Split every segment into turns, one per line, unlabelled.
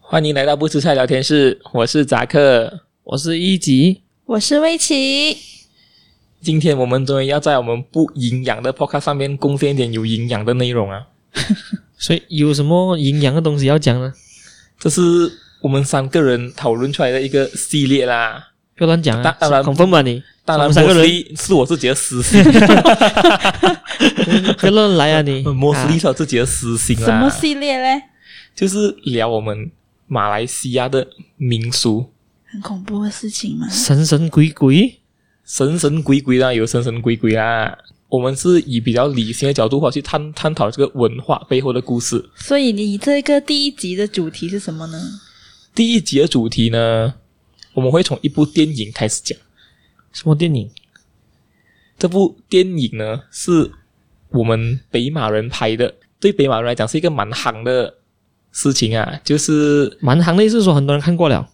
欢迎来到不出菜聊天室，我是扎克，
我是一级，
我是威奇。
今天我们终于要在我们不营养的 podcast 上面贡献一点有营养的内容啊！
所以有什么营养的东西要讲呢？
这是我们三个人讨论出来的一个系列啦。
不要乱讲
当
啊！
当然
恐分吧你，
当
我
然，
们三个人啊
是我自己的私 心
不要乱来啊 你。
，mostly 是我自己的私心
啊
什么
啦，
系列嘞？
就是聊我们马来西亚的民俗，
很恐怖的事情吗
啊？神神鬼鬼，
神神鬼鬼啦，有神神鬼鬼啦。我们是以比较理性的角度话去探探讨这个文化背后的故事。
所以你这个第一集的主题是什么呢？
第一集的主题呢，我们会从一部电影开始讲。
什么电影？
这部电影呢，是我们北马人拍的，对北马人来讲是一个蛮行的事情啊，就是
蛮行的意思是说很多人看过了，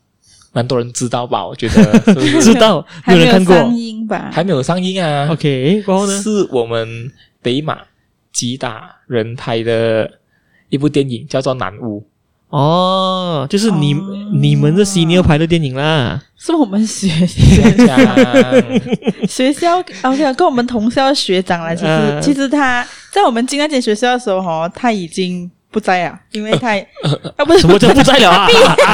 蛮多人知道吧？我觉 得是不是
知道
还
人看过。
上映吧？
还没有上映啊。
OK，然后呢？
是我们北马吉打人拍的一部电影，叫做《南屋》。
哦，就是你
哦
你们这 senior 拍的电影啦。
是我们 学
这样
学校，OK，跟我们同校的学长来。其实、
呃
其实他在我们进那间学校的时候，哈，他已经不在了，因为 他、啊不是
什么叫不在了啊？ 啊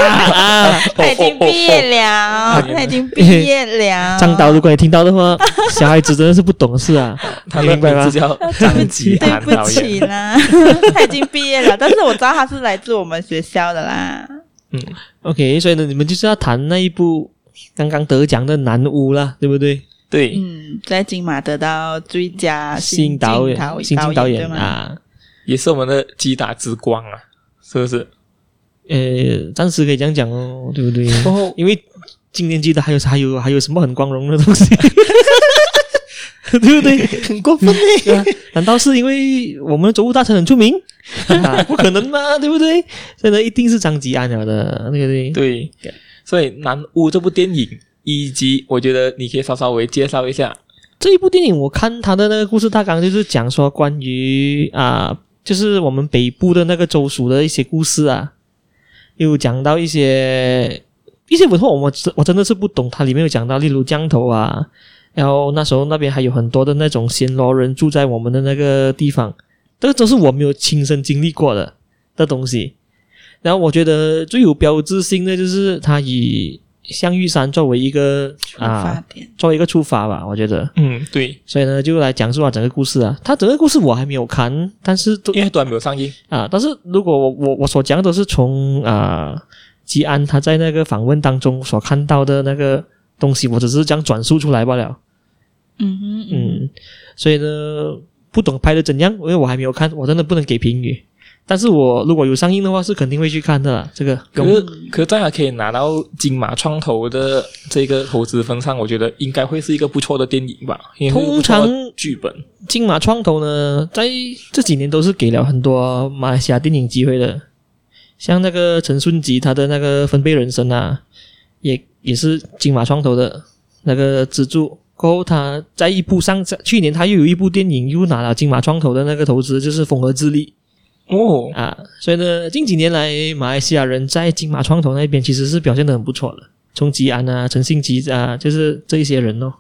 啊
他已经毕
哦
业了，他已经毕业了。
哦张导，如果你听到的话，小孩子真的是不懂事啊。
他
你
的
明白
名
吗
字？叫张吉
对
安
不
导演。
起啦， 他已经毕业了，但是我知道他是来自我们学校的啦。
嗯，
OK，所以呢，你们就是要谈那一部刚刚得奖的《南巫》啦，对不对？
对，
嗯，在金马得到最佳
新
晋啊导
导演，新晋导
演
演
对吗？
啊，
也是我们的吉打之光啊，是不是？
呃，暂时可以这样讲哦，对不对？
过 后
因为今年记得还有还有还有什么很光荣的东西， 对不对？很过分嘞、啊！难道是因为我们的州务大臣很出名？ 啊、不可能嘛，对不对？所以呢，一定是张吉安了的，对不对？
对，所以《南屋》这部电影，以及我觉得你可以稍稍微介绍一下。
这一部电影，我看它的那个故事大纲就是讲说关于啊、就是我们北部的那个州属的一些故事啊，又讲到一些一些文化，我真我真的是不懂，它里面有讲到，例如降头啊，然后那时候那边还有很多的那种暹罗人住在我们的那个地方，这个都是我没有亲身经历过的的东西。然后我觉得最有标志性的就是它以象玉山作为一个
出
啊
发点，
作为一个出发吧，我觉得。
嗯，对，
所以呢，就来讲述啊整个故事啊。它整个故事我还没有看，但是都
因为都还没有上映。
啊，但是如果我我我所讲的都是从啊吉安他在那个访问当中所看到的那个东西，我只是这样转述出来罢了。
嗯哼嗯，
嗯，所以呢，不懂拍的怎样，因为我还没有看，我真的不能给评语。但是我如果有上映的话，是肯定会去看的啦。这个
可是，可是在他可以拿到金马创投的这个投资分上，我觉得应该会是一个不错的电影吧。因为会有不错的
通常
剧本，
金马创投呢，在这几年都是给了很多马来西亚电影机会的，像那个陈顺吉他的那个《分贝人生》啊，也也是金马创投的那个资助。过后他在一部上，去年他又有一部电影又拿了金马创投的那个投资，就是《风和日丽
哦》，
啊。所以呢，近几年来马来西亚人在金马创投那边其实是表现的很不错的，从吉安啊、陈信吉啊，就是这一些人哦。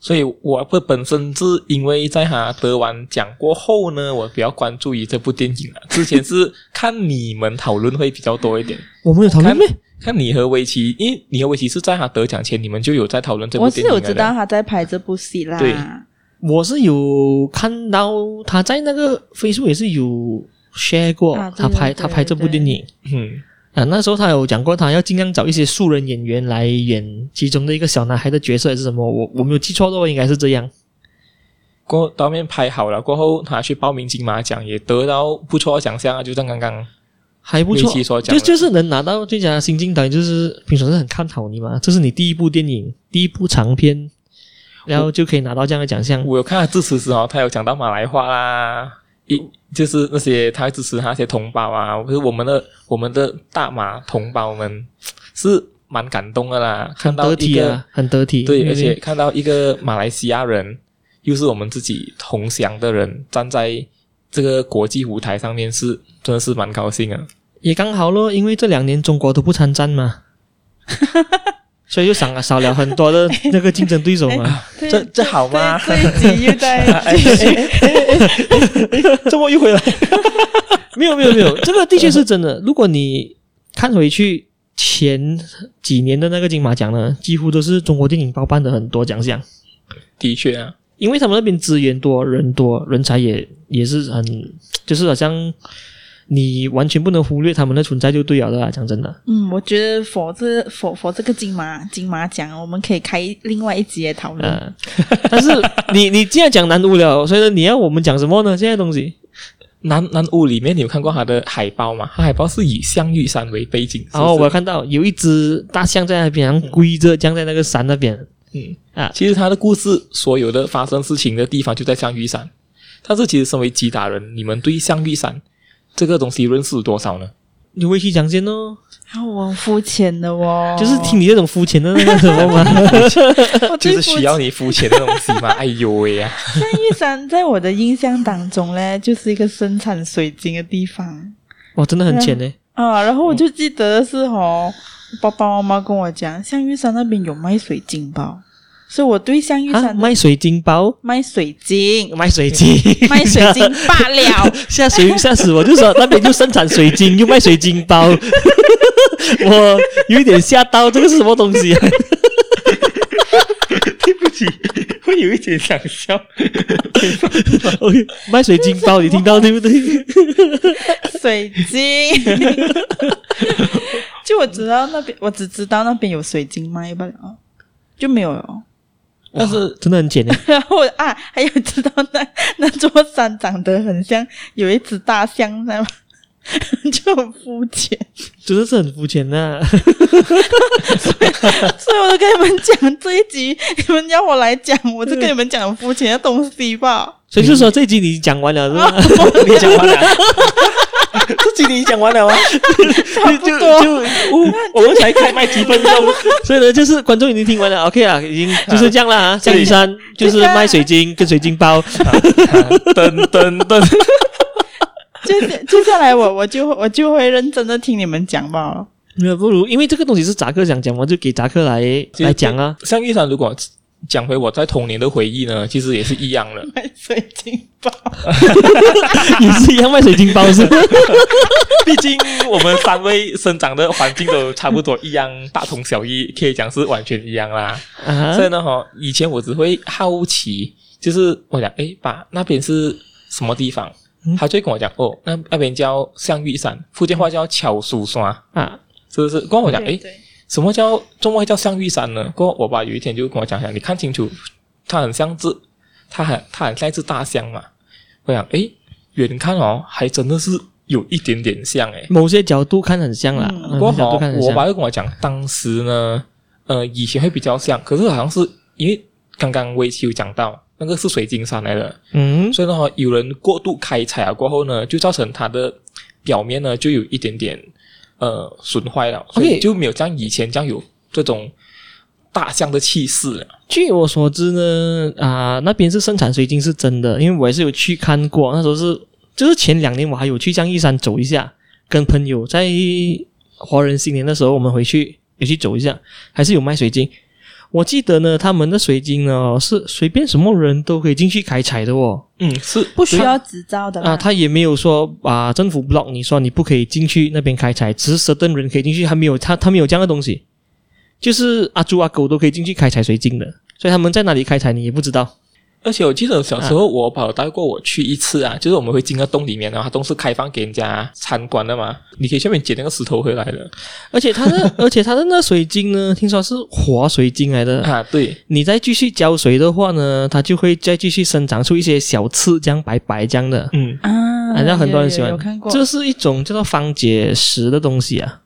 所以我不本身是因为在他得完奖过后呢，我比较关注于这部电影了。之前是看你们讨论会比较多一点，
我们有讨论
看
咩？
看你和维奇，因为你和维奇是在他得奖前，你们就有在讨论这部
我是
电影
有
了
知道他在拍这部戏啦。
对
我是有看到他在那个 Facebook 也是有 share 过，
啊对
他拍
对
他拍这部电影
嗯，
啊，那时候他有讲过，他要尽量找一些素人演员来演其中的一个小男孩的角色还是什么，我我没有记错的话，应该是这样。
过后当面拍好了过后，他去报名金马奖也得到不错的奖项啊，就像刚刚
还不
维
错
奇所，讲
就
的
就是能拿到最佳新晋导演，就是评审是很看好你嘛，这是你第一部电影，第一部长片，然后就可以拿到这样的奖项。
我有看他致辞时哦，他有讲到马来话啦，一就是那些他支持他那些同胞啊，就是我们的我们的大马同胞们是蛮感动的啦，看
很
到
得
一
体
个、
啊，很得体。
对，而且看到一个马来西亚人，又是我们自己同乡的人，站在这个国际舞台上面是真的是蛮高兴啊。
也刚好咯，因为这两年中国都不参战嘛，所以就少少了很多的那个竞争对手嘛。
对
这这好吗
这这一集又在继续，
这么一回来，
没有没有没有，这个的确是真的。如果你看回去前几年的那个金马奖呢，几乎都是中国电影包办的很多奖项，
的确啊，
因为他们那边资源多、人多、人才也也是很，就是好像你完全不能忽略他们的存在就对了的啦。讲真的，
嗯，我觉得佛这佛佛这个金马金马奖，我们可以开另外一集来讨论。
呃，但是你你既然讲难无聊，所以呢，你要我们讲什么呢？现在东西
南南屋里面你有看过它的海报吗？它海报是以象玉山为背景，是不是
然后我看到有一只大象在那边，然后跪着僵在那个山那边，
嗯
啊
其实它的故事所有的发生事情的地方就在象玉山，但是其实身为吉打人，你们对象玉山这个东西认识多少呢？
你回去讲先哦。
啊，我很肤浅的哦，
就是听你这种肤浅的那个什么 嘛。
我
就
最
是
肤
需要你肤浅的东西 嘛。哎呦喂呀、
那玉山在我的印象当中呢，就是一个生产水晶的地方
哇，真的很浅呢。
啊。然后我
嗯
就记得是哦，爸爸妈妈跟我讲，象玉山那边有卖水晶包，所以我对象玉
啊，
山的
卖水晶包，
卖水晶、
卖水晶，
卖水晶罢了。
吓死吓死我！就说那边就生产水晶，又卖水晶包， 我有一点吓到，这个是什么东西啊？
对不起，我有一点想笑。
OK，卖哦水晶包，你听到对不对？
水晶。 就我知道那边，我只知道那边有水晶卖不了，就没有了。
但是
真的很浅呢。
然后我啊，还有知道那 那座山长得很像有一只大象在吗？ 就很肤浅，
真的是很肤浅啊呐、
所以我都跟你们讲这一集，你们要我来讲，我就跟你们讲很肤浅的东西吧。
所以就说这一集你讲完了是吧？
你讲完了， 这集你讲完了吗？
差不
就
多，
就我
我们才开麦几分 钟，
所以呢，就是观众已经听完了，OK 啊，已经就是这样了啊。
对
象玉山就是卖水 晶跟水晶包，
噔噔噔，
接接下来我我就会我就会认真的听你们讲吧了。
那不如，因为这个东西是扎克想讲嘛，就给扎克来
就
来讲啊。
像玉山，如果讲回我在童年的回忆呢，其实也是一 样的。
买水晶包，
也是一样卖水晶包是吧？
毕竟我们三位生长的环境都差不多一样，大同小异，可以讲是完全一样啦。
啊
所以呢，哈，以前我只会好奇，就是我讲，诶，爸，那边是什么地方
嗯？
他就会跟我讲，哦，那那边叫象玉山，福建话叫巧树山，
啊，
是不是？跟我
我
讲，诶，什么叫中文叫象玉山呢？过后我爸有一天就跟我讲讲，你看清楚，它很像只，它很它很像一只大象嘛。我讲，诶，远看哦，还真的是有一点点像诶。
某些角度看很像啦，
嗯
某
过
些角
好
度看，很
我爸
像。
就跟我讲，当时呢，呃，以前会比较像，可是好像是因为刚刚围棋有讲到，那个是水晶山来的，
嗯，
所以呢，有人过度开采啊，过后呢，就造成它的表面呢就有一点点呃损坏了，所以
OK
就没有像以前这样有这种大象的气势了。
据我所知呢，啊，那边是生产水晶是真的，因为我也是有去看过，那时候是就是前两年我还有去江一山走一下，跟朋友在华人新年的时候，我们回去也去走一下，还是有卖水晶。我记得呢，他们的水晶呢是随便什么人都可以进去开采的哦。
嗯，是
不需要执照的啦
啊，他也没有说啊，政府 block 你说你不可以进去那边开采，只是 certain 人可以进去，还没有他他没有这样的东西，就是阿猪阿狗都可以进去开采水晶的，所以他们在哪里开采你也不知道。
而且我记得小时候我爸有带过我去一次啊，就是我们会进个洞里面，然后啊它洞是开放给人家参观的嘛，你可以去那边捡那个石头回来的
而且它 的而且它的那水晶呢，听说是活水晶来的，
啊，对。
你再继续浇水的话呢，它就会再继续生长出一些小刺，这样白白这样的，
嗯，
啊，
好像很多人喜
有有有
欢
看过。
这是一种叫做方解石的东西啊。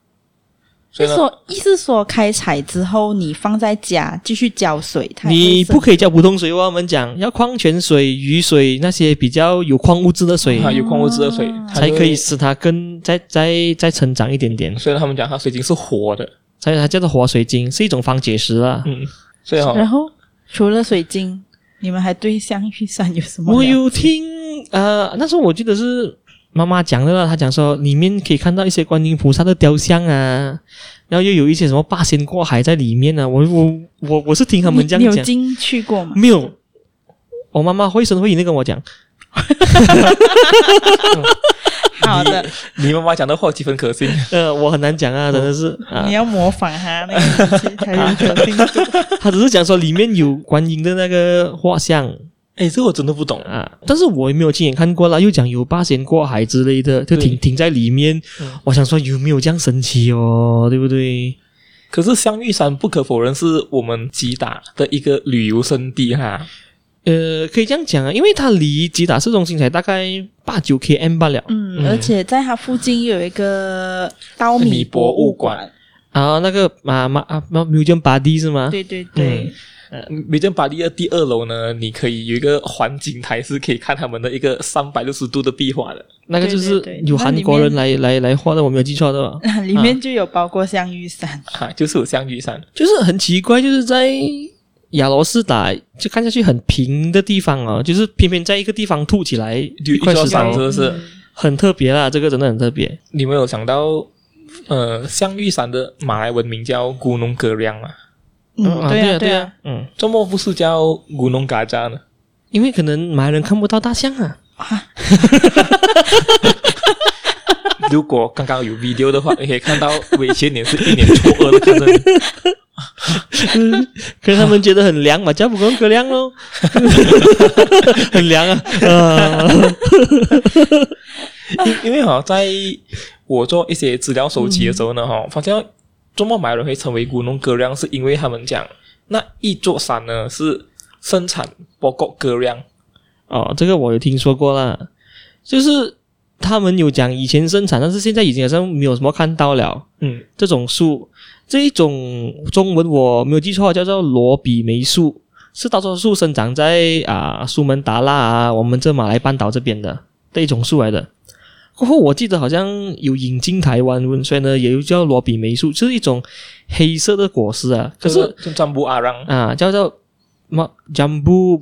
所以呢，
说意思说开采之后，你放在家继续浇水，它也
你
会生
不可以叫普通水哦，我们讲要矿泉水、雨水那些比较有矿物质的水，
它啊有矿物质的水它
才
就
可以使它更再再再成长一点点。
所以他们讲它水晶是活的，
所以它叫做活水晶，是一种方解石啦。
嗯，所以哈、
然后除了水晶，你们还对象玉山有什么了？
我有听呃，那时候我记得是妈妈讲的啦，她讲说里面可以看到一些观音菩萨的雕像啊，然后又有一些什么八仙过海在里面啊。我我我我是听他们这
你
样
你有
讲，嗯
进去过吗？
没有。我妈妈绘声绘影的跟我讲，
好的，
你妈妈讲的话几分可信？
呃，我很难讲啊，真的是啊
你，要模仿他那个语气才有可信度。
她只是讲说里面有观音的那个画像
哎，这我真的不懂。
嗯
啊，但是我也没有亲眼看过啦，又讲有八仙过海之类的，就停
对
停在里面
嗯。
我想说有没有这样神奇哦，对不对？
可是香玉山不可否认是我们吉打的一个旅游胜地哈。
呃，可以这样讲啊，因为它离吉打市中心才大概八九 km 罢了、
嗯，
嗯
而且在它附近有一个稻米
米博
博物
物馆
馆，
啊。那个啊马啊马 Museum Body 是吗？
对对对，
美珍巴黎的第二楼呢，你可以有一个环景台，是可以看他们的一个三百六十度的壁画的。
那个就
对对
是
对
有
那
韩
里
国
面
人来来来画的，我没有记错的吧？
里面就有包括香玉山，
哈、就是有香玉山，
就是很奇怪，就是在亚罗士打就看下去很平的地方哦，就是偏偏在一个地方凸起来
有
一
一
块
座
石
山，是
头，嗯
不是？
很特别啦，这个真的很特别。
你们有想到，呃，香玉山的马来文名叫古农格良啊，
嗯，对
呀、
啊
对
对啊，，
嗯，
怎么不是叫古农嘎扎呢？
因为可能马来人看不到大象啊，
如果刚刚有 video 的话，你可以看到伟贤脸是一脸错愕的看着你。
可能他们觉得很凉嘛，叫不公格凉 咯，很凉啊，呃，
因因为哈、在我做一些资料收集的时候呢，哈、发现中国马来人会成为古农哥亮，是因为他们讲那一座山呢是生产包括哥亮，
哦，这个我有听说过啦，就是他们有讲以前生产，但是现在已经好像没有什么看到了
嗯，
这种树，这一种中文我没有记错叫做罗比梅树，是大多数生长在啊苏门答腊啊我们这马来半岛这边的的一种树来的。过后我记得好像有引进台湾，所以呢也有叫罗比梅树，就是一种黑色的果实啊，可
就是是就占卜阿让，
啊，叫做什么 Jambu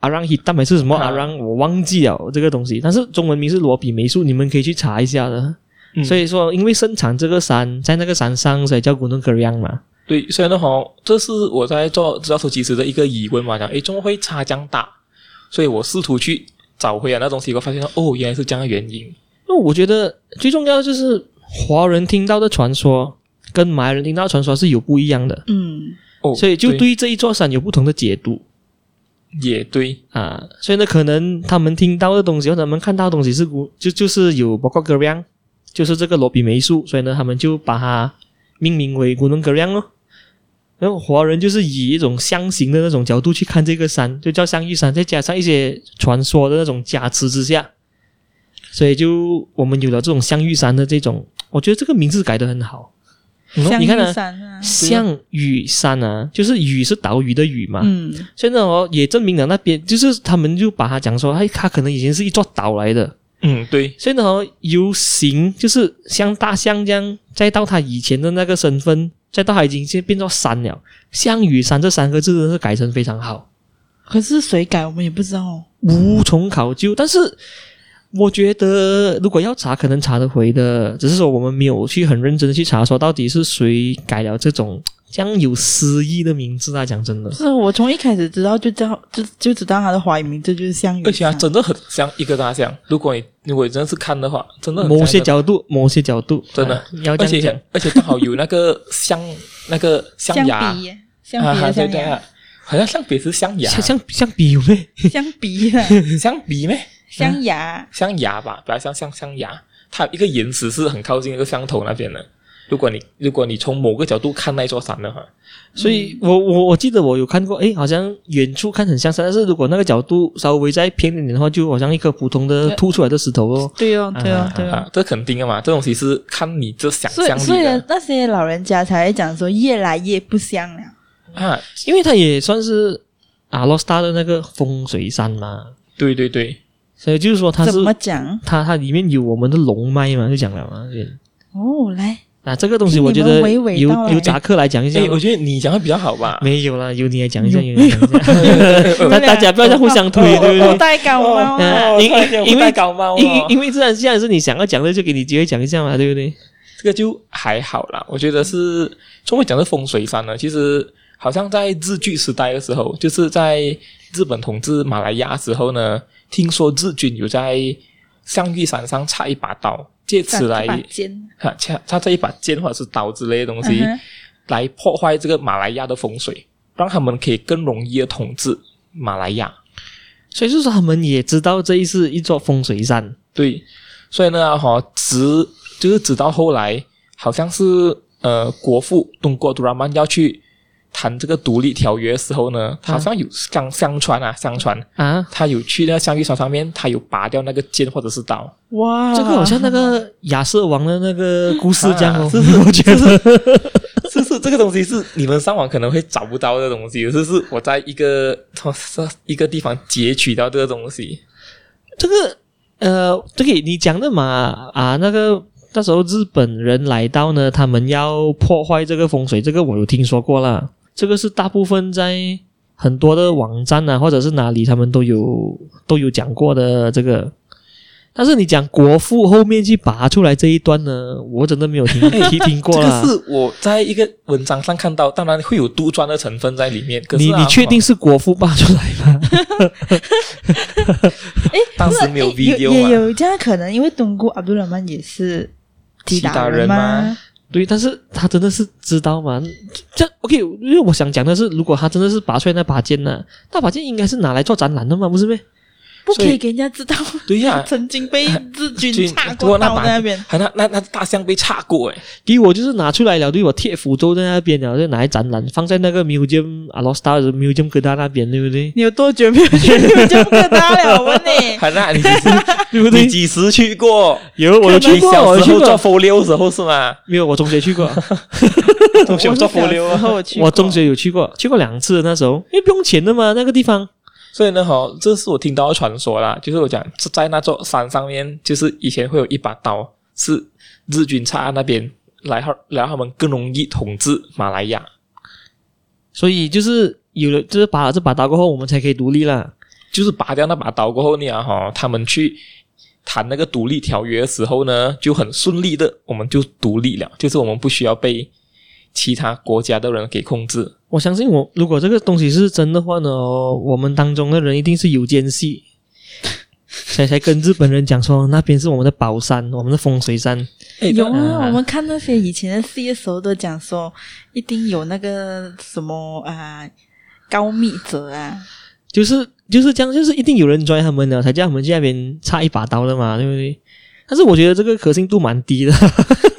阿让 hit 蛋白是什么
啊
阿让，我忘记了这个东西，但是中文名是罗比梅树，你们可以去查一下的。
嗯
所以说，因为生产这个山在那个山上，所以叫古东格央嘛。
对，虽然呢哈、这是我在做资料收集时的一个疑问嘛，讲诶，怎么会差这样大？所以我试图去找回来那东西，我发现哦，原来是这样的原因。
那我觉得最重要的就是华人听到的传说跟马来人听到的传说是有不一样的，
嗯，
哦，
所以就对这一座山有不同的解读。
也对，
啊，所以呢，可能他们听到的东西或者他们看到的东西是古，就就是有包括格亮，就是这个罗比梅树，所以呢，他们就把它命名为古伦格亮咯。然后华人就是以一种象形的那种角度去看这个山，就叫象玉山，再加上一些传说的那种加持之下，所以就我们有了这种象玉山的这种，我觉得这个名字改得很好。
香
你看
玉
啊
山啊，
象屿山啊，就是屿是岛屿的屿嘛，
嗯，
所以呢，哦，也证明了那边就是他们就把它讲说，哎，它可能以前是一座岛来的。
嗯，对，
所以呢，哦，游行就是像大象这样，再到它以前的那个身份，再到它已经现在变作山了。项羽山这三个字真的是改成非常好，
可是谁改我们也不知道哦。
无从考究。但是我觉得，如果要查，可能查得回的，只是说我们没有去很认真的去查，说到底是谁改了这种这样有诗意的名字啊。讲真的，
是我从一开始知道就知道就就知道他的华语名字就是香玉
而且它
山，
真的很像一个大象。如果你如果你真的是看的话，真的很像
某
一
些
个
角度，某些角度，
真的
啊要这
而
样讲
且。而且刚好有那个象那个象
象
牙，
鼻，象
啊
鼻
哈
的
对
象
对
牙
啊，，好像象鼻是象 牙，
像像像比有没？
象鼻 啊，
嗯
象鼻咩？
象牙，
象牙吧，比较像像象牙，它有一个岩石是很靠近那个象头那边的。如果你如果你从某个角度看那座山的话，
所
嗯
以我我我记得我有看过，诶，好像远处看很像山，但是如果那个角度稍微再偏一点的话，就好像一颗普通的凸出来的石头哦。
对哦对哦
啊
对哦。
啊，这肯定的嘛，这东西是看你这想
所
象
以所
力
以
的
那些老人家才会讲说越来越不香了。
啊。
因为它也算是阿罗斯塔的那个风水山嘛，
对对对，
所以就是说它是
怎么讲？
它它里面有我们的龙脉嘛，就讲了嘛。对
哦，来
那这个东西我觉得
听你们娓娓
由
道来
由扎克来讲一下
哎，
吧。
我觉得你讲的比较好吧。
没有啦，由你来讲一下，
有
由你来讲一下。大大家不要再互相推，对不
我
对？
带感冒啊，
哦
嗯因因因为
搞猫
因因因为自然既然是你想要讲的，就给你机会讲一下嘛，对不对？
这个就还好啦。我觉得是中国讲的风水山呢，其实好像在日据时代的时候，就是在日本统治马来亚的时候呢，听说日军有在象玉山上插一把刀，借此来
把尖
啊插插这一把剑或者是刀之类的东西，
嗯哼
来破坏这个马来亚的风水，让他们可以更容易的统治马来亚。
所以就是说他们也知道这一是一座风水山，
对，所以呢，哈、直就是直到后来，好像是呃，国父东国杜拉曼要去谈这个独立条约的时候呢，他好像有相相传啊，相传
啊，
他有去那个香玉山上面，他有拔掉那个剑或者是刀，
哇，
这个好像那个亚瑟王的那个故事这样哦，
啊是是
我觉 得
是是这个东西是你们上网可能会找不到的东西，只是我在一个从一个地方截取到这个东西。
这个呃，这个你讲的嘛啊，那个那时候日本人来到呢，他们要破坏这个风水，这个我有听说过啦，这个是大部分在很多的网站啊，或者是哪里他们都有都有讲过的这个。但是你讲国父后面去拔出来这一段呢，我真的没有 听听听过
这
啦。
个是我在一个文章上看到，当然会有杜撰的成分在里面。可是
你
啊、
你确
哈
定是国父拔出来吗？
哎，
当时没有
不是哎
video
也
嘛
有这样的可能，因为东姑阿布拉曼也是
提达
人
人
嘛
吗，
对，但是他真的是知道吗？这 OK，因为我想讲的是，如果他真的是拔出来那把剑呢，那把剑应该是拿来做展览的嘛，不是咩？
不可
所
以
以
给人家知道。
对呀、
曾经被日军
军
插
不过
过
那
刀
把
在那边，
还那那那大象被插过哎，
给我就是拿出来了，对我贴符咒在那边了，就拿来展览，放在那个 museum 阿罗斯塔 museum 疙瘩那边，对不对？
你有多久没有去？你就不跟他了，我问你。
还 那你几时
对哎不
你
对？
几时去过？
有，我有去
你
过，我
小
有
时
去
候做
过，
f o l i o 时候是吗？
没有，我中学去过，
中学
我
做啊
是
f o l
小
i
时
o
候去过
我中学有去过，去过两次那时候，因为不用钱的嘛，那个地方。
所以呢，哈，这是我听到的传说啦，就是我讲在那座山上面，就是以前会有一把刀是日军插在那边，来后然后他们更容易统治马来亚。
所以就是有了，就是拔了这把刀过后，我们才可以独立啦。
就是拔掉那把刀过后呢，哈，他们去谈那个独立条约的时候呢，就很顺利的，我们就独立了，就是我们不需要被其他国家的人给控制。
我相信我，如果这个东西是真的话呢，我们当中的人一定是有奸细， 才才跟日本人讲说那边是我们的宝山，我们的风水山。
哎
有
这
嗯
啊，我们看那些以前的戏的时候都讲说，一定有那个什么啊，高密者啊，
就是就是这样，就是一定有人抓他们了，才叫他们去那边插一把刀的嘛，对不对？但是我觉得这个可信度 蛮低的，
哦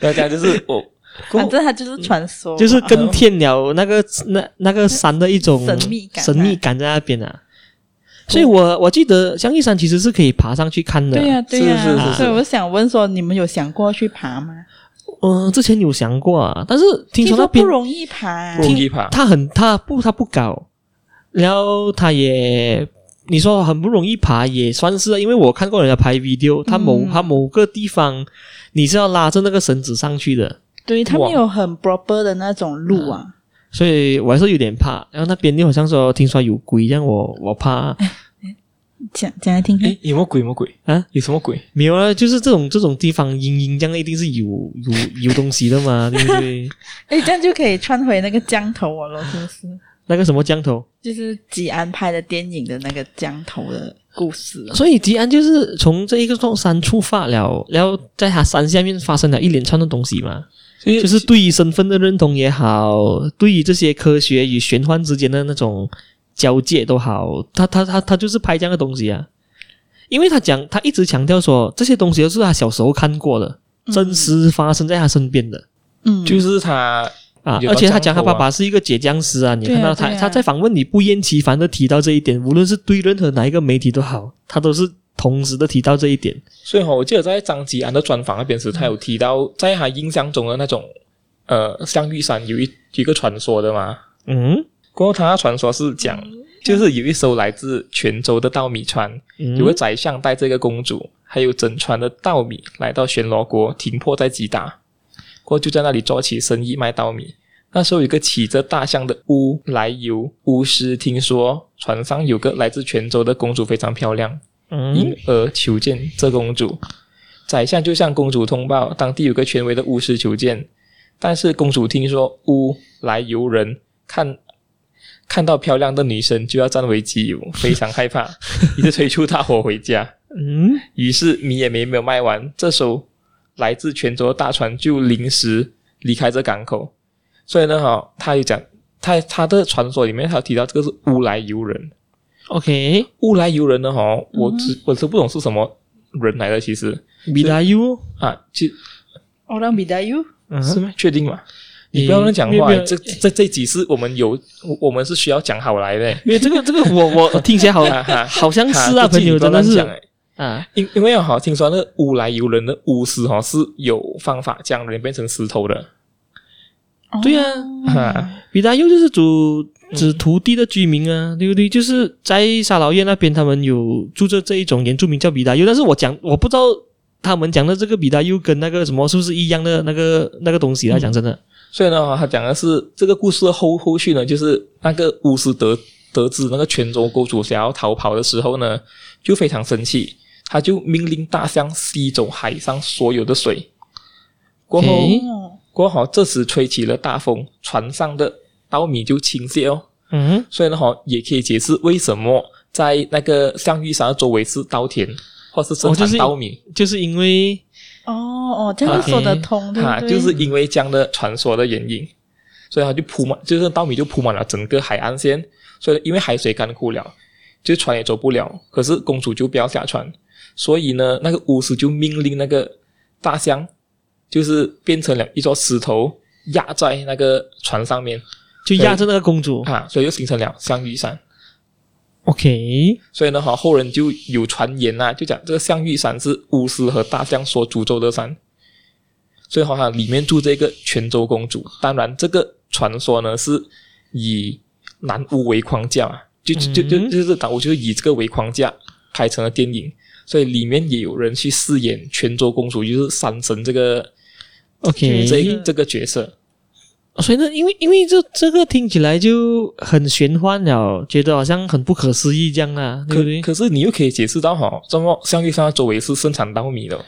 大家就是我，
反正他就是传说嘛，
就是跟添了那个那那个山的一种
神秘感啊哦
神秘感在那边啊。所以我我记得香玉山其实是可以爬上去看的。啊
对呀对
是是是
呀，
是
所以我想问说，你们有想过去爬吗？
嗯、之前有想过啊，但是听说那
说
边
不容易爬啊
不，容易爬。
他很他不他不搞，然后他也你说很不容易爬也算是啊，因为我看过人家拍 video，他某、
嗯
他某个地方你是要拉着那个绳子上去的，
对他们有很 proper 的那种路啊，
所以我还是有点怕。然后那边又好像说听说有鬼，这样我 我怕
讲讲来听听
嗯
哎。，有没有鬼？有没有鬼？
啊，
有什么鬼？
没有啊，就是这种这种地方阴阴这样一定是有有有东西的嘛，对不对？
哎，这样就可以穿回那个降头哦了，是不是？
那个什么降头，
就是吉安拍的电影的那个降头的故事哦。
所以吉安就是从这一个座山出发了，然后在他山下面发生了一连串的东西嘛。
所以
就是对于身份的认同也好，对于这些科学与玄幻之间的那种交界都好，他他他他就是拍这样的东西啊。因为他讲，他一直强调说这些东西都是他小时候看过的，真实发生在他身边的
嗯，
就是他，
啊。
有
而且他
到
讲
江
他
头
爸
啊
爸是一个解僵尸啊，你
对啊
看到他、
对啊
他在访问里不厌其烦的提到这一点，无论是对任何哪一个媒体都好，他都是同时的提到这一点。
所以哈，我记得在张吉安的专访那边时，他有提到，在他印象中的那种，呃，香玉山有一有一个传说的嘛。
嗯，
过后他的传说是讲，就是有一艘来自泉州的稻米船，
嗯
有个宰相带着一个公主，还有整船的稻米来到暹罗国，停泊在吉达。过后就在那里做起生意卖稻米。那时候有一个骑着大象的乌来由巫师，听说船上有个来自泉州的公主非常漂亮，因
嗯，
而求见这公主。宰相就向公主通报，当地有个权威的巫师求见，但是公主听说巫来游人，看看到漂亮的女生就要占为己有，非常害怕，于是催促大伙回家。
嗯，
于是米也没没有卖完，这艘来自泉州的大船就临时离开这港口。所以呢，哈，他就讲，他他的传说里面他有提到这个是乌来游人，
OK，
乌来游人呢，哈，我只我是不懂是什么人来的，其实
米拉尤，
啊，其
我让米达 U，
嗯
是
哼，
吗？确定吗？你不要乱讲
没有
话
没，有
这这这几次我们有，我我们是需要讲好来 的，
因为这个这个我我听起来 好
哈哈，
好像是
哈
啊，
这
朋
句
友
你不要
真的
乱
是
讲哎
啊，
因因为哈，听说那乌来游人的巫师哈是有方法将人变成石头的，
对啊
哦
哈，
米拉尤就是主指土地的居民啊，对不对？就是在沙劳越那边，他们有住着这一种原住民叫米拉尤，但是我讲我不知道他们讲的这个米拉尤跟那个什么是不是一样的那个那个东西啦，讲真的，
所以呢，哈他讲的是这个故事的后后续呢，就是那个巫师得得知那个泉州公主想要逃跑的时候呢，就非常生气，他就命令大象吸走海上所有的水。过后
OK
哦，
过后这时吹起了大风，船上的稻米就倾泻哦。
嗯
所以呢，哈也可以解释为什么在那个象玉山的周围是稻田，或是生
哦就
产
是
稻米。
哼，就是因为
哦哦，这样就说得通，对
啊，
不对？
就是因为这样的传说的原因，所以它就铺满，就是稻米就铺满了整个海岸线。所以因为海水干枯了，就船也走不了。可是公主就不要下船，所以呢，那个巫师就命令那个大象，就是变成了一座石头压在那个船上面
就压着那个公主
啊，所以就形成了象玉山。
，OK，
所以呢，哈后人就有传言啊，就讲这个象玉山是巫师和大象所诅咒的山，所以好像里面住这个泉州公主。当然，这个传说呢是以南巫为框架嘛，就就就就
嗯
就是我就是以这个为框架拍成了电影，所以里面也有人去饰演泉州公主，就是山神这个
OK，
这一这个角色。
所以呢，因为因为这这个听起来就很玄幻了，觉得好像很不可思议这样啦，对
可
不对？
可是你又可以解释到哈，这么象玉山的周围是生产稻米的。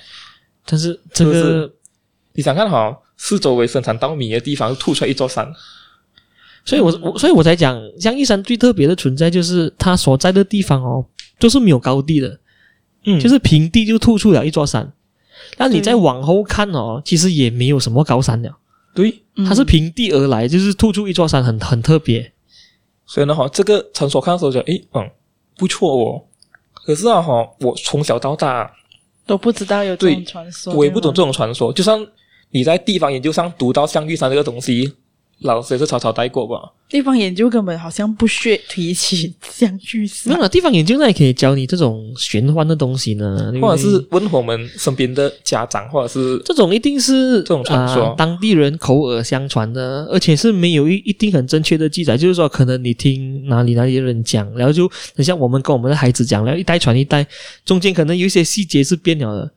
但是这
是不
个，
你想看哈、四周围生产稻米的地方吐出来一座山，
所以我我所以我才讲，像玉山最特别的存在就是它所在的地方哦，都是没有高地的，
嗯
就是平地就突出了一座山。那你再
对
往后看
嗯
哦，其实也没有什么高山了，
对，
嗯
它是平地而来，就是突出一座山很，很特别。
所以呢哈，这个陈所看的时候觉得，诶，嗯，不错哦。可是啊哈，我从小到大，
都不知道有这
对
种传说，
我也不懂这
对吗
种传说。就算你在地方研究上读到象玉山这个东西，老师也是草草带过吧。
地方研究根本好像不屑提起相聚
没
山
有，啦，地方研究那也可以教你这种玄幻的东西呢，对不对
或者是问我们身边的家长，或者是
这种一定是
这种传说
啊当地人口耳相传的，而且是没有一一定很正确的记载，就是说可能你听哪里哪里的人讲，然后就很像我们跟我们的孩子讲，然后一代传一代，中间可能有一些细节是变了的。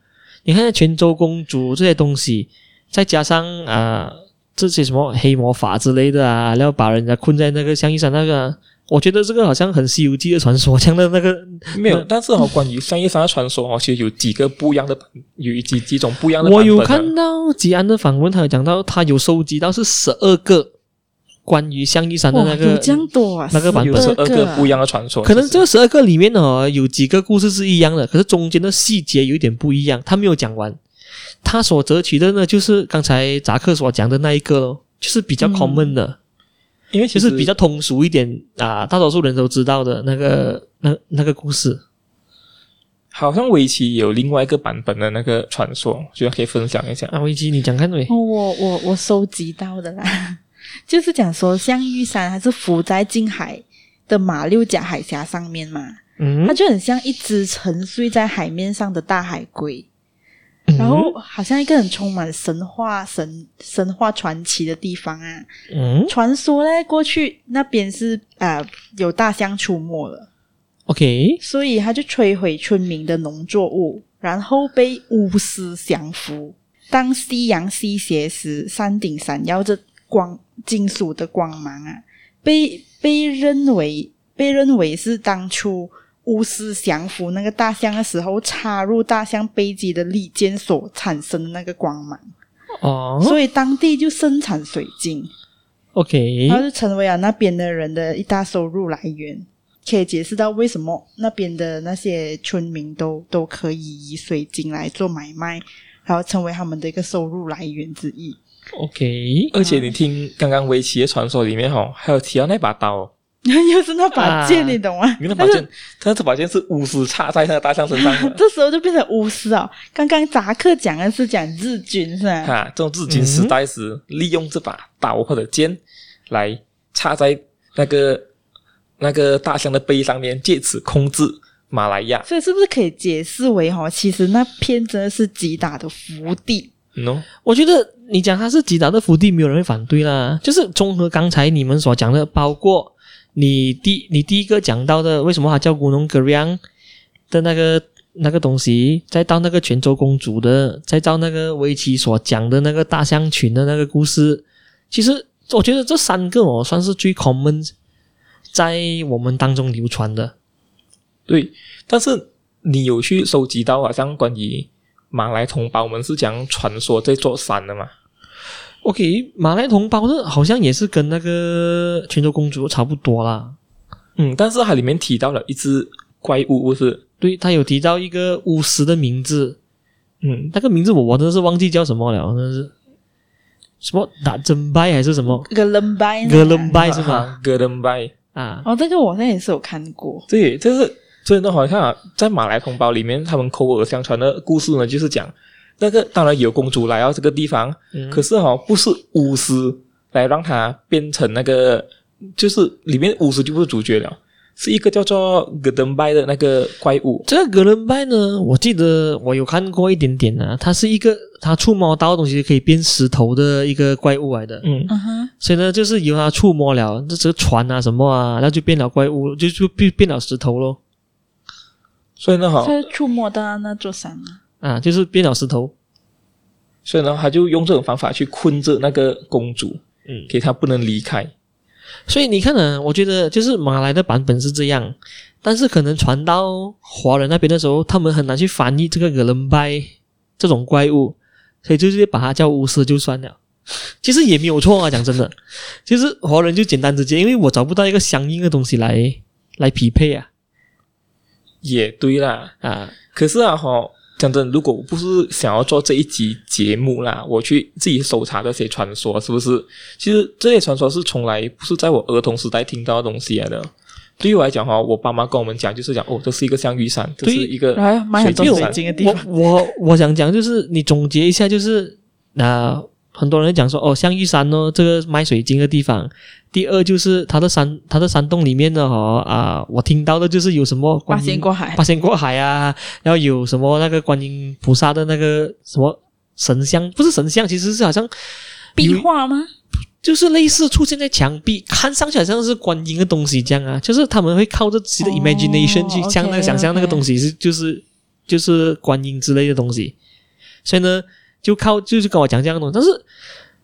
你看泉州公主这些东西，再加上啊、这些什么黑魔法之类的啊，然后把人家困在那个象玉山那个啊，我觉得这个好像很《西游记》的传说 这样的那个
没有。但是哈、关于象玉山的传说哦，其实有几个不一样的版，有几几种不一样的版
我
本的。啊
有看到吉安的访问，他有讲到他有收集到是十二个关于象玉山的
哇，
那
有
个，
这样多啊，
那个版本
有十二
12
个
啊
不一样的传说，
可能
其实
这十二个里面哦，有几个故事是一样的，可是中间的细节有一点不一样，他没有讲完。他所择取的呢，就是刚才扎克所讲的那一个咯，就是比较
嗯
common 的，
因为其
就
实
是比较通俗一点啊，大多数人都知道的那个那那个故事。
好像围棋有另外一个版本的那个传说，觉得可以分享一下。
啊，危机，你讲看没？
哦，我我我收集到的啦，就是讲说象玉山它是浮在近海的马六甲海峡上面嘛，
嗯
它，就很像一只沉睡在海面上的大海龟，
嗯
然后好像一个很充满神话神神话传奇的地方啊。
嗯嗯
传说呢，过去那边是呃有大象出没了，
，OK，
所以他就摧毁村民的农作物，然后被巫师降服。当夕阳西斜时，山顶闪耀着光金属的光芒啊，被被认为被认为是当初巫师降服那个大象的时候插入大象背脊的利剑所产生的那个光芒，
哦
所以当地就生产水晶，
，OK，
它就成为了啊那边的人的一大收入来源。可以解释到为什么那边的那些村民都都可以以水晶来做买卖，然后成为他们的一个收入来源之一。
OK，
而且你听刚刚围棋的传说里面哦，还有提到那把刀，哦
又是那把剑，
啊
你懂吗？
你那把剑，他这把剑是巫师插在那个大象身上 的，
这时候就变成巫师哦。刚刚扎克讲的是讲日军是 吧？
哈，这种日军时代时利用这把刀或者剑来插在那个那个大象的背上面，借此控制马来亚。
所以是不是可以解释为哈、哦？其实那片真的是击打的福地，
喏、no?，
我觉得你讲它是击打的福地，没有人会反对啦。就是综合刚才你们所讲的，包括你第你第一个讲到的，为什么它叫古农格央的那个那个东西，再到那个泉州公主的，再到那个围棋所讲的那个大象群的那个故事，其实我觉得这三个哦，算是最 common 在我们当中流传的。
对，但是你有去收集到好像关于马来同胞们是讲传说这座山的嘛？
OK，马来同胞呢，好像也是跟那个泉州公主差不多啦。
嗯，但是它里面提到了一只怪物，是
对他有提到一个巫师的名字，
嗯，
那个名字我我真的是忘记叫什么了，真的是什么打真拜还是什么
格伦拜呢
格伦拜是 吗？
g e r d e n b y
啊，
哦，这个我好像也是有看过。
对，就是所以呢，好像、啊、在马来同胞里面，他们口耳相传的故事呢，就是讲那个当然有公主来到这个地方，
嗯
可是哈、哦、不是巫师来让她变成那个，就是里面巫师就不是主角了，是一个叫做 g e r d e n b y 的那个怪物。
这个格伦拜呢，我记得我有看过一点点啊，它是一个它触摸到的东西可以变石头的一个怪物来的，
嗯，
嗯哼，
所以呢，就是由它触摸了这这个船啊什么啊，那就变了怪物，就就变变了石头咯，
所以呢，哈，
他就触摸到那座山了。
啊，就是变了石头，
所以呢，他就用这种方法去困着那个公主，
嗯，
给她不能离开。
所以你看呢、我觉得就是马来的版本是这样，但是可能传到华人那边的时候，他们很难去翻译这个格伦拜这种怪物，所以就直接把它叫巫师就算了。其实也没有错啊，讲真的，其实华人就简单直接，因为我找不到一个相应的东西来来匹配啊
也对啦，
啊，
可是啊，哈，讲真，如果我不是想要做这一集节目啦，我去自己搜查这些传说，是不是？其实这些传说是从来不是在我儿童时代听到的东西来的。对于我来讲，哈，我爸妈跟我们讲，就是讲哦，这是一个象玉山，这
对
是一个
然后买很多
水晶
水
山
晶的地方，
我我我想讲就是你总结一下，就是啊、很多人讲说哦，象玉山哦，这个卖水晶的地方。第二就是它的山，它的山洞里面呢，哦啊、我听到的就是有什么
八
观
仙
音
过海
八。仙过海啊，然后有什么那个观音菩萨的那个什么神像，不是神像，其实是好像
壁
有
画吗？
就是类似出现在墙壁，看上去好像是观音的东西这样啊，就是他们会靠着自己的
哦
imagination、去像那
OK，
个想象那个
OK
东西是就是就是观音之类的东西，所以呢，就靠就是跟我讲这样的东西，但是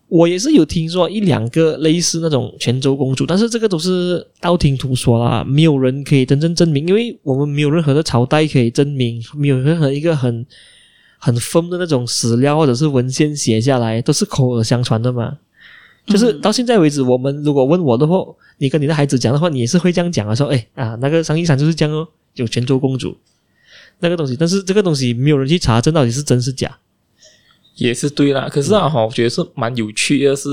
我也是有听说一两个类似那种泉州公主，但是这个都是道听途说啦，没有人可以真正证明，因为我们没有任何的朝代可以证明，没有任何一个很很疯的那种史料或者是文献写下来，都是口耳相传的嘛。就是
嗯
到现在为止，我们如果问我的话，你跟你的孩子讲的话，你也是会这样讲啊，说哎啊，那个商议山就是这样哦，有泉州公主那个东西，但是这个东西没有人去查证到底是真是假。
也是对啦。可是啊，哈，我觉得是蛮有趣的是，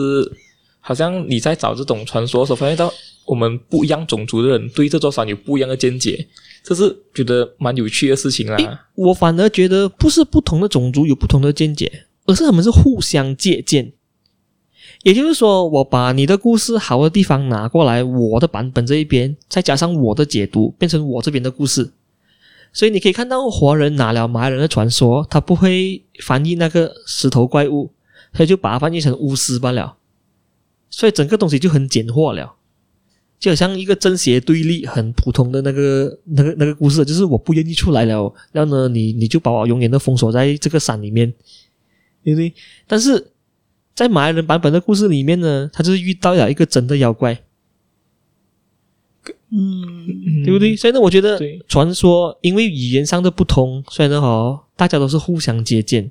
好像你在找这种传说的时候，发现到我们不一样种族的人对这座山有不一样的见解，这是觉得蛮有趣的事情
诶
啦。
我反而觉得不是不同的种族有不同的见解，而是他们是互相借鉴。也就是说，我把你的故事好的地方拿过来，我的版本这一边，再加上我的解读，变成我这边的故事。所以你可以看到，华人拿了马来人的传说，他不会翻译那个石头怪物，他就把它翻译成巫师罢了。所以整个东西就很简化了。就好像一个正邪对立很普通的那个那个那个故事，就是我不愿意出来了，然后呢，你你就把我永远的封锁在这个山里面，对不对？但是在马来人版本的故事里面呢，他就是遇到了一个真的妖怪，
嗯，
对不对？？所以呢，我觉得
对
传说因为语言上的不同，所以呢哦，大家都是互相接见，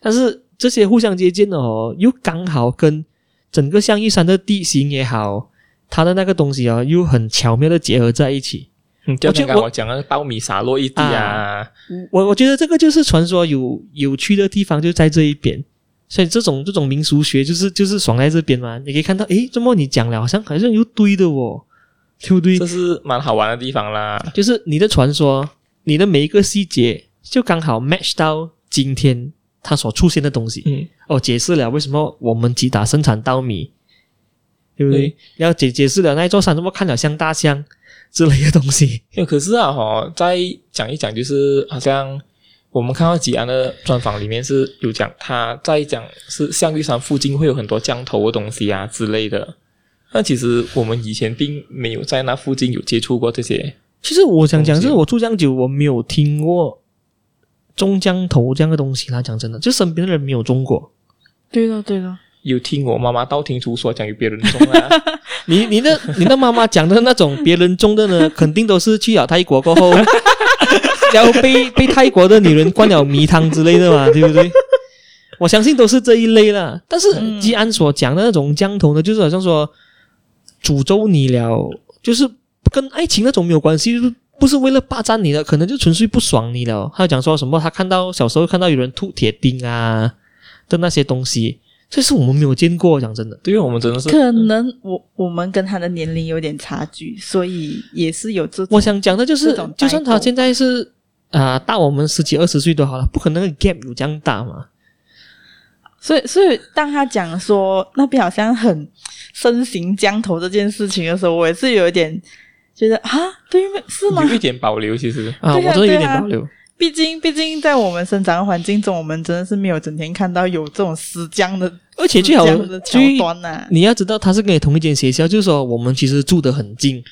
但是这些互相接见的哦，又刚好跟整个象玉山的地形也好，它的那个东西哦，又很巧妙的结合在一起。
嗯，就
我觉
像
得
刚刚
我
我讲的苞米洒落一地啊，
我我觉得这个就是传说有有趣的地方就在这一边，所以这种这种民俗学就是就是爽在这边嘛。你可以看到，诶，这么你讲了，好像好像又对的哦，对不对
这？是蛮好玩的地方啦。
就是你的传说，你的每一个细节就刚好 match 到今天它所出现的东西。
嗯，
哦，解释了为什么我们吉打生产稻米，对不对？
对
然后解解释了那一座山怎么看了像大象之类的东西。
因为可是啊，哈，再讲一讲，就是好像我们看到吉安的专访里面是有讲，他在讲是象玉山附近会有很多降头的东西啊之类的。那其实我们以前并没有在那附近有接触过这些，
其实我想讲，
东西
就是我住这样久，我没有听过中江头这样的东西啦。讲真的，就身边的人没有中过。
对了对了，
有听我妈妈道听途说讲有别人中啊，
你你的你的妈妈讲的那种别人中的呢，肯定都是去了泰国过后， 然后被被泰国的女人灌了迷汤之类的嘛，对不对？我相信都是这一类啦。但是
嗯
吉安所讲的那种江头呢，就是好像说诅咒你了，就是跟爱情那种没有关系，就是不是为了霸占你的，可能就纯粹不爽你了。他讲说什么？他看到小时候看到有人吐铁钉啊的那些东西，这是我们没有见过。讲真的，
对于我们真的是
可能我我们跟他的年龄有点差距，所以也是有这种
我想讲的就是
这种代，沟
就算他现在是啊、大我们十几二十岁都好了，不可能那个 gap 有这样大嘛。
所以，所以当他讲说那边好像很身形僵头这件事情的时候，我也是有一点觉得啊，对吗？是吗
有？一点保留，其实
啊，
对
我
啊
真的有
对
点
啊
保留。
毕竟，毕竟在我们生长的环境中，我们真的是没有整天看到有这种死僵的
而且最好
死僵的桥
最
段呐、啊。
你要知道，他是跟你同一间学校，就是说我们其实住得很近，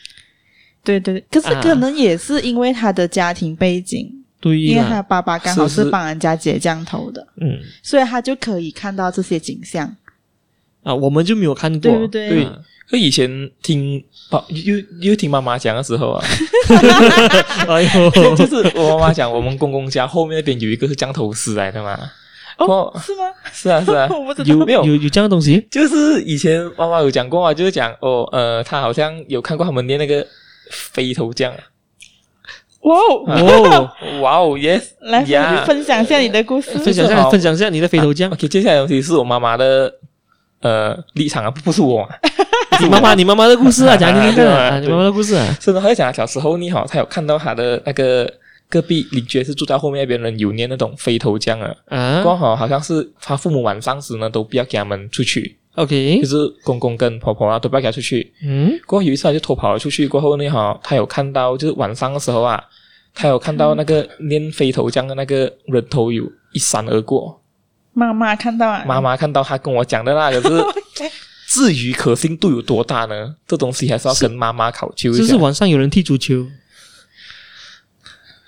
对对，对可是
啊
可能也是因为他的家庭背景，
对
因为他
啦，
爸爸刚好
是是
是帮人家解降头的，
嗯
所以他就可以看到这些景象，
啊，我们就没有看过，
对不对？
对。可以前听爸又又听妈妈讲的时候啊，
哎呦，
就是我妈妈讲，我们公公家后面那边有一个是降头师来的嘛。
哦
哦，
是吗？，
是啊是啊
我不知道
有没有
有有这样的东 西？
就是以前妈妈有讲过啊，就是讲哦，呃，她好像有看过他们练那个飞头降啊。
哇哦！
哦，
哇哦，yes，
来
呀
分享一下你的故事。
分享一
就是
下，
啊
好
分享一下你的飞头 酱。
OK，接下来的东西是我妈妈的呃立场啊，不不是我、 啊，
你妈妈，你妈妈的故事啊，讲听听看
对
啊，
啊
你妈妈的故事啊。
是的，她就讲小时候你好，她有看到她的那个隔壁邻居是住在后面那边的人有念那种飞头降啊，刚
啊
好好像是她父母晚上时呢都不要给他们出去，
，OK，
就是公公跟婆婆啊都不要给她出去，
嗯，
过后有一次他就偷跑了出去，过后呢哈，他有看到就是晚上的时候啊，他有看到那个念飞头将的那个人头有一闪而过。
妈妈看到
嗯
啊，
妈妈看到他跟我讲的那个是，至于可信度有多大呢？这东西还是要跟妈妈考究
是
一
不
下
是。晚上有人踢足球？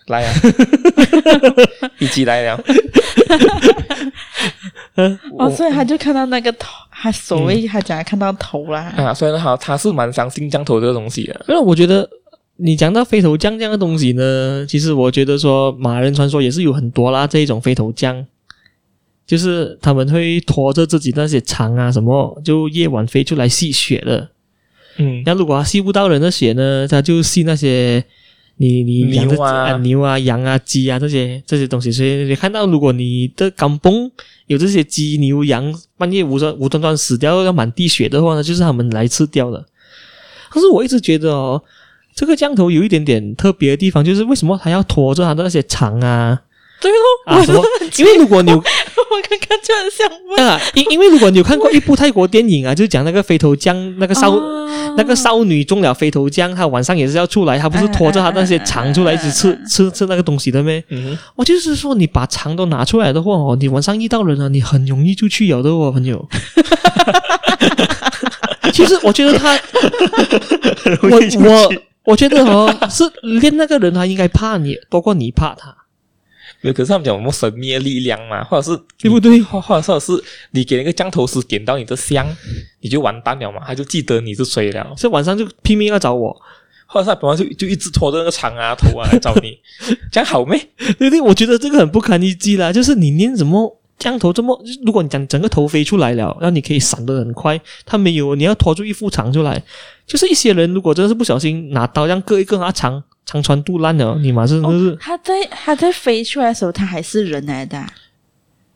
来 啊，一起来聊。
哦，所以他就看到那个头，他所
嗯
谓他讲他看到头啦，
啊，虽然哈，他是蛮相信降头这个东西的，
因为我觉得你讲到飞头降这样的东西呢，其实我觉得说马人传说也是有很多啦，这一种飞头降，就是他们会拖着自己那些肠啊什么，就夜晚飞出来吸血的。
嗯，
那如果他吸不到人的血呢，他就吸那些。你你
牛
养的
啊
牛啊羊啊鸡啊这些这些东西，所以你看到如果你的港崩有这些鸡牛羊半夜无端无端端死掉要满地血的话呢，就是他们来吃掉的。可是我一直觉得哦，这个降头有一点点特别的地方，就是为什么他要拖着他的那些 肠啊
对咯，
啊什么？因为如果你 有
我刚刚就很想问，
啊，因因为如果你有看过一部泰国电影啊，就讲那个飞头降那个烧。
啊
哦
那个少女中了飞头降，她晚上也是要出来，她不是拖着她那些肠出来一直吃吃吃那个东西的咩？
嗯
我就是说，你把肠都拿出来的话哦，你晚上遇到人啊，你很容易就去咬的哦，朋友。 其实我觉得他，我我我觉得哦，是练那个人他应该怕你多过你怕他，
没有，可是他们讲我们神秘的力量嘛，或者是
对不对
或或者或者是你给那个降头师点到你的香，你就完蛋了嘛，他就记得你是谁了。
所以晚上就拼命要找我，
或者是他本来就就一直拖着那个长啊头啊来找你，这样好咩？
对不对？我觉得这个很不堪一击啦，就是你念什么降头这么，就是如果你讲整个头飞出来了，然后你可以闪得很快，他没有，你要拖住一副长出来，就是一些人如果真的是不小心拿刀这样割一割，他长长穿肚烂了，你马上就是、
他在他在飞出来的时候，他还是人来的啊、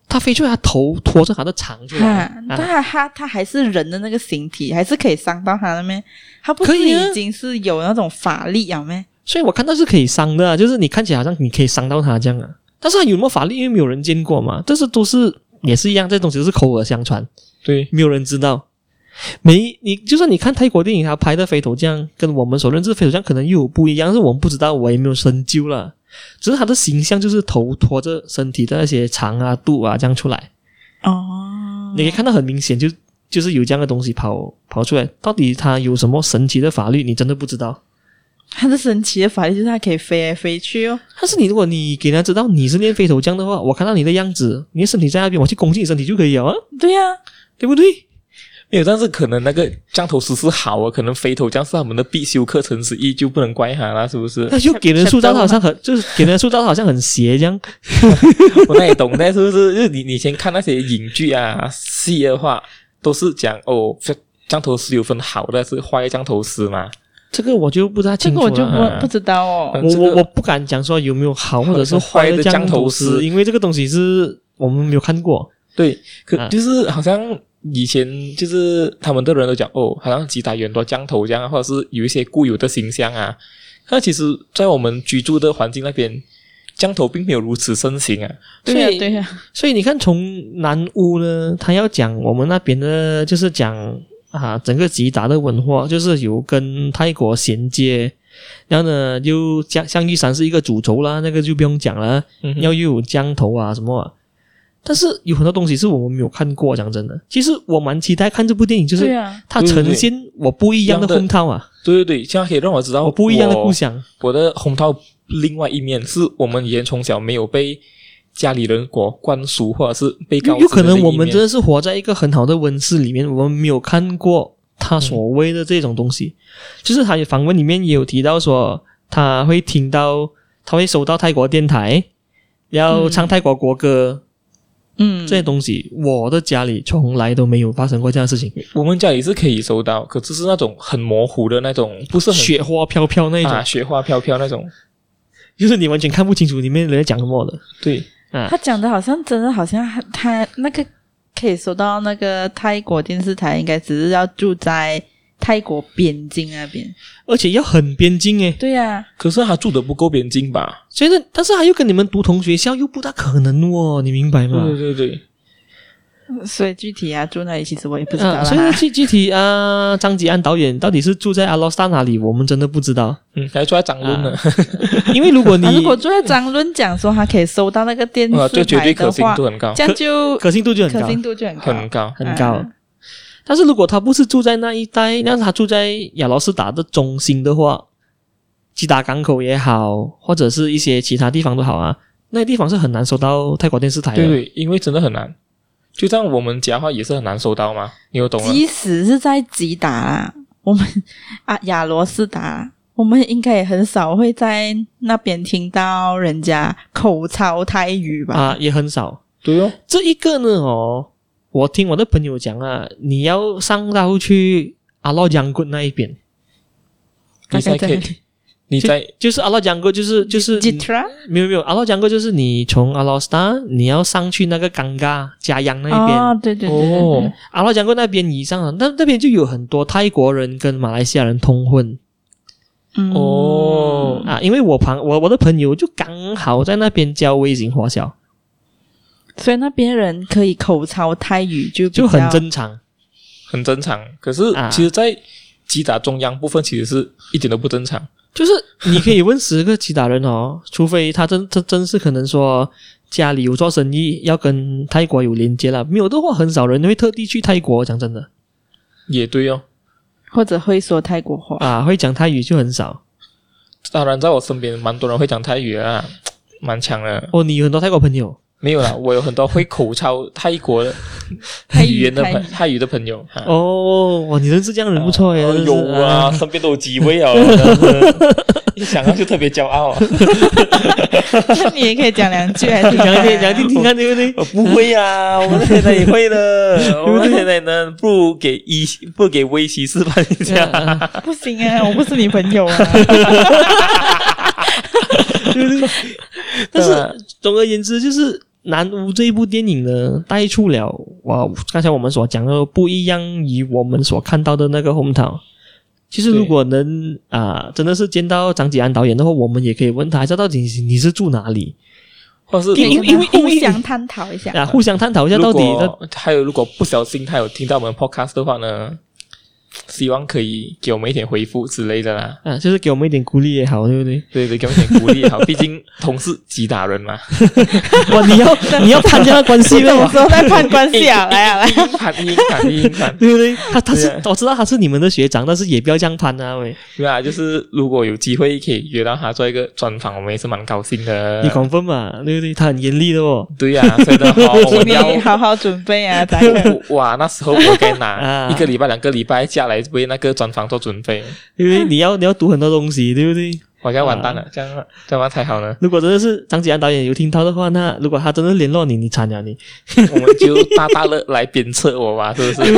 他飞出来，他头拖着他的长出来
哈，，
啊
他他他还是人的那个形体，还是可以伤到他的咩？他不
可
是
以啊
已经是有那种法力了咩？
所以我看到是可以伤的啊，就是你看起来好像你可以伤到他这样啊，但是他有没有法力，因为没有人见过嘛，但是都是也是一样，这东西都是口耳相传。
对，
没有人知道。没，你就算你看泰国电影，他拍的飞头匠跟我们所认知的飞头匠可能又有不一样，但是我们不知道，我也没有深究了。只是他的形象就是头拖着身体的那些肠啊、肚啊这样出来，
哦，
你可以看到很明显就就是有这样的东西跑跑出来。到底他有什么神奇的法律，你真的不知道。
他的神奇的法力就是他可以飞来飞去哦。
但是你如果你给他知道你是练飞头匠的话，我看到你的样子，你的身体在那边，我去攻击你身体就可以了啊，
对呀、
对不对？
没有，但是可能那个降头师是好啊，可能飞头降是他们的必修课程之一，就不能怪他啦，是不是？
他就给人塑造的好像很，就是给人塑造的好像很邪这样。
我那也懂的，是不是？就是你你先看那些影剧啊、戏的话，都是讲哦，降降头师有分好的是坏的降头师嘛，
这个我就不大
这
清
个我
楚了。哎
就不、
啊
不知道哦。
嗯这
我
个
我我不敢讲说有没有好或者是坏的降头
坏的降头
师，
师
因为这个东西是我们没有看过。
对，可
啊
就是好像以前就是他们的人都讲哦，好像吉打有很多降头这样啊，或者是有一些固有的形象啊。那其实，在我们居住的环境那边，降头并没有如此盛行啊。
所
对呀、
以
对呀、
所以你看，从南屋呢，他要讲我们那边的，就是讲啊，整个吉达的文化，就是有跟泰国衔接。然后呢，就江香玉山是一个主轴啦，那个就不用讲了。
嗯哼
要又有江头啊什么啊但是有很多东西是我们没有看过。讲真的，其实我蛮期待看这部电影，就是
对呀、
它
对对
呈
对
现我不一样的
一样的
风套啊，
对对对，这样可以让我知道
我不一样的故乡。
我的红桃另外一面是我们以前从小没有被家里人所灌输，或者是被告
有
知
有可能
的
我
一
们
面
真的是活在一个很好的温室里面，我们没有看过他所谓的这种东西。就是他也访问里面也有提到说，他会听到，他会收到泰国电台要
嗯
唱泰国国歌、
嗯，
这些东西，我的家里从来都没有发生过这样的事情，
我们家里是可以收到，可是是那种很模糊的那种，不是很
雪花飘飘那一种，
啊雪花飘飘那种。
就是你完全看不清楚里面人在讲什么的。
对，
他讲的好像真的好像他那个可以说到那个泰国电视台，应该只是要住在泰国边境那边。
而且要很边境欸诶，
对呀、
可是他住的不够边境吧？
所以呢，但是他又跟你们读同学校，又不大可能哦，你明白吗？
对对对，
所以具体啊住哪里，其实我也不知道
嗯，
啦。
所以呢具具体啊，张吉安导演到底是住在阿拉斯加哪里，我们真的不知道。
嗯，还出来涨论
啊
呢，
因为如果你、
啊、如果就在张伦讲说他可以收到那个电
啊，这
视
绝
台
对可
的
信
话，
度很高，
这样就
可信度就很
可
高，
信度就很高。
很高。
很高。
啊
但是如果他不是住在那一带，那他住在亚罗斯达的中心的话，吉达港口也好，或者是一些其他地方都好啊，那些地方是很难收到泰国电视台的。
对对，因为真的很难。就像我们家的话也是很难收到嘛，你有懂
啊
吗？
即使是在吉达啦，我们啊亚罗斯达，我们应该也很少会在那边听到人家口操泰语吧？
啊，也很少。
对哦，
这一个呢，哦，我听我的朋友讲啊，你要上到去阿洛江棍那一边，
大
你
概
才
在
可以，你在
就是阿洛江棍，就是就是
吉特
没有没有阿洛江棍，就是你从阿洛斯达，你要上去那个冈嘎加央那一边，
哦，对对对对对
哦，
阿洛江棍那边以上啊，那那边就有很多泰国人跟马来西亚人通婚
嗯
哦
啊，因为我旁我我的朋友就刚好在那边教微型华侨，
所以那边人可以口操泰语就比较
就很正常。
很正常。可是
啊
其实，在击打中央部分，其实是一点都不正常。
就是 你可以问十个其他人哦，除非他真真真是可能说家里有做生意，要跟泰国有连接了，没有的话，很少人会特地去泰国。讲真的
也对哦。
或者会说泰国
啊
话。
啊，会讲泰语就很少。
当然，在我身边蛮多人会讲泰语啊，蛮强的。
哦，你有很多泰国朋友，
没有啦，我有很多会口抄泰国的
泰
语言的
泰
朋泰语的朋友。啊
哦，哇，你认识这样的人不错耶，
哦
真是呃
有啊，， 身边都有几位 啊，真的是一想到就特别骄傲。啊
那你也可以讲两句，啊 还是
杨姐，杨姐，听看对不 对？
我不会 啊，我们现在也会的，我们现在呢，不如给一不如给威西示范一下。
不行啊，我不是你朋友啊。
但是总而言之，就是《南巫》这一部电影呢，带出了我刚才我们所讲的不一样于我们所看到的那个红桃。其实
对
如果能啊、真的是见到张吉安导演的话，我们也可以问他，一下到底你是住 哪里
或是
因为因为因
互
为
相探讨一下，
啊，互相探讨一下到
如
底的。
果还有，如果不小心他有听到我们 podcast 的话呢，希望可以给我们一点回复之类的啦。
啊，就是给我们一点鼓励也好，对不对？
对对，给我们一点鼓励也好，毕竟同事击打人 嘛，
哇，你要你要攀这样的关系
你
的
怎么
哇，
时候在判官
哎
下来啊？
一
来，
英盘一英盘一英盘，
对不对？他他是
对啊
我知道他是你们的学长，但是也不要这样攀啊，喂，
对啊，就是如果有机会可以约到他做一个专访，我们也是蛮高兴的
你。confirm 嘛，对不对？他很严厉的哦。
对呀、所以呢，好我
请
们要
你好好准备 啊，大哥。
哇，那时候我该拿
啊
一个礼拜、两个礼拜下来为那个专访做准备，
因为你要你要读很多东西，对不对？。
我该完蛋了，这样啊这样才好呢
如果真的是张吉安导演有听到的话，那如果他真的联络你，你惨了你
我们就大大的来鞭策我吧，是不是？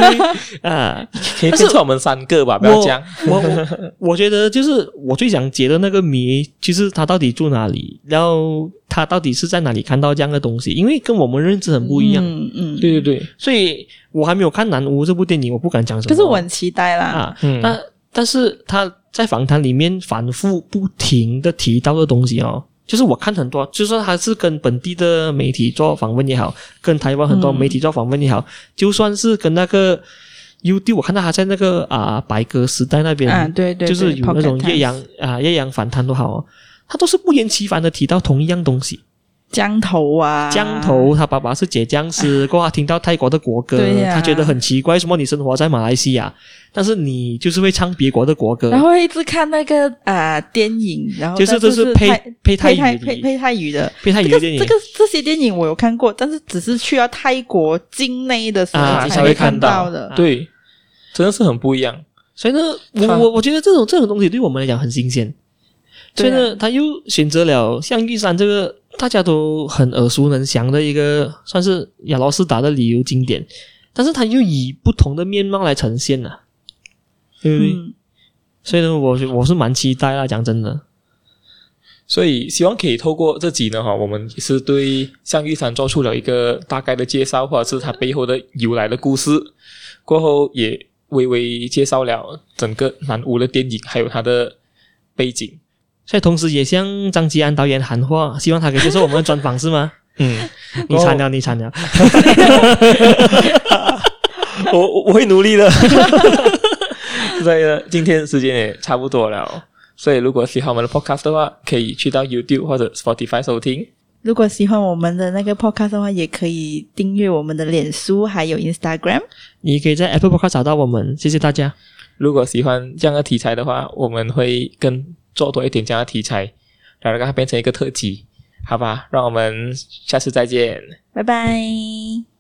啊！
可以鞭策我们三个吧，不要这样。
我我我 觉得就是我最想解的那个谜，就是他到底住哪里，然后他到底是在哪里看到这样的东西，因为跟我们认知很不一样，
嗯嗯，
对对对，
所以我还没有看《南屋》这部电影，我不敢讲什
可
么。
是我很期待啦。
啊，
嗯
那、但是他在访谈里面反复不停的提到的东西哦，就是我看很多，就算他是跟本地的媒体做访问也好，跟台湾很多
嗯
媒体做访问也好，就算是跟那个 UD，我看到他在那个啊、白鸽时代那边，
啊，对对，
就是有那种
对
岳阳啊岳阳反弹都好哦。他都是不厌其烦的提到同一样东西，
江头啊，
江头他爸爸是解僵尸，过后他听到泰国的国歌，
对呀
他觉得很奇怪，为什么你生活在马来西亚，但是你就是会唱别国的国歌，
然后一直看那个啊、呃电影，然后
就是
这
这是
配
配配泰
配
语
泰
的
配配泰语的。
配泰语
这
的
个
电影，
这个这些电影我有看过，但是只是去到泰国境内的时
啊
候
才
会
会看
到
到
的。
对，真的是很不一样。
所以呢，
他
啊
我我我觉得这种这种东西对我们来讲很新鲜，所
对
以
啊
呢，他又选择了像玉山这个大家都很耳熟能详的一个算是亚罗斯达的旅游景点，但是他又以不同的面貌来呈现了、对不对？
嗯，
所以呢，我是我是蛮期待啦，讲真的。
所以希望可以透过这集呢，哈，我们也是对象玉山做出了一个大概的介绍，或者是它背后的由来的故事。过后也微微介绍了整个南屋的电影，还有它的背景。
所以同时也向张吉安导演喊话，希望他可以接受我们的专访，是吗？
嗯，
你惨了，你惨了。
我 我我会努力的。 所以呢，今天时间也差不多了。所以如果喜欢我们的 podcast 的话，可以去到 YouTube 或者 Spotify 收听。
如果喜欢我们的那个 podcast 的话，也可以订阅我们的脸书还有 Instagram。
你可以在 Apple Podcast 找到我们，谢谢大家。
如果喜欢这样的题材的话，我们会更做多一点这样的题材，然后让它变成一个特辑，好吧？让我们下次再见。
拜拜。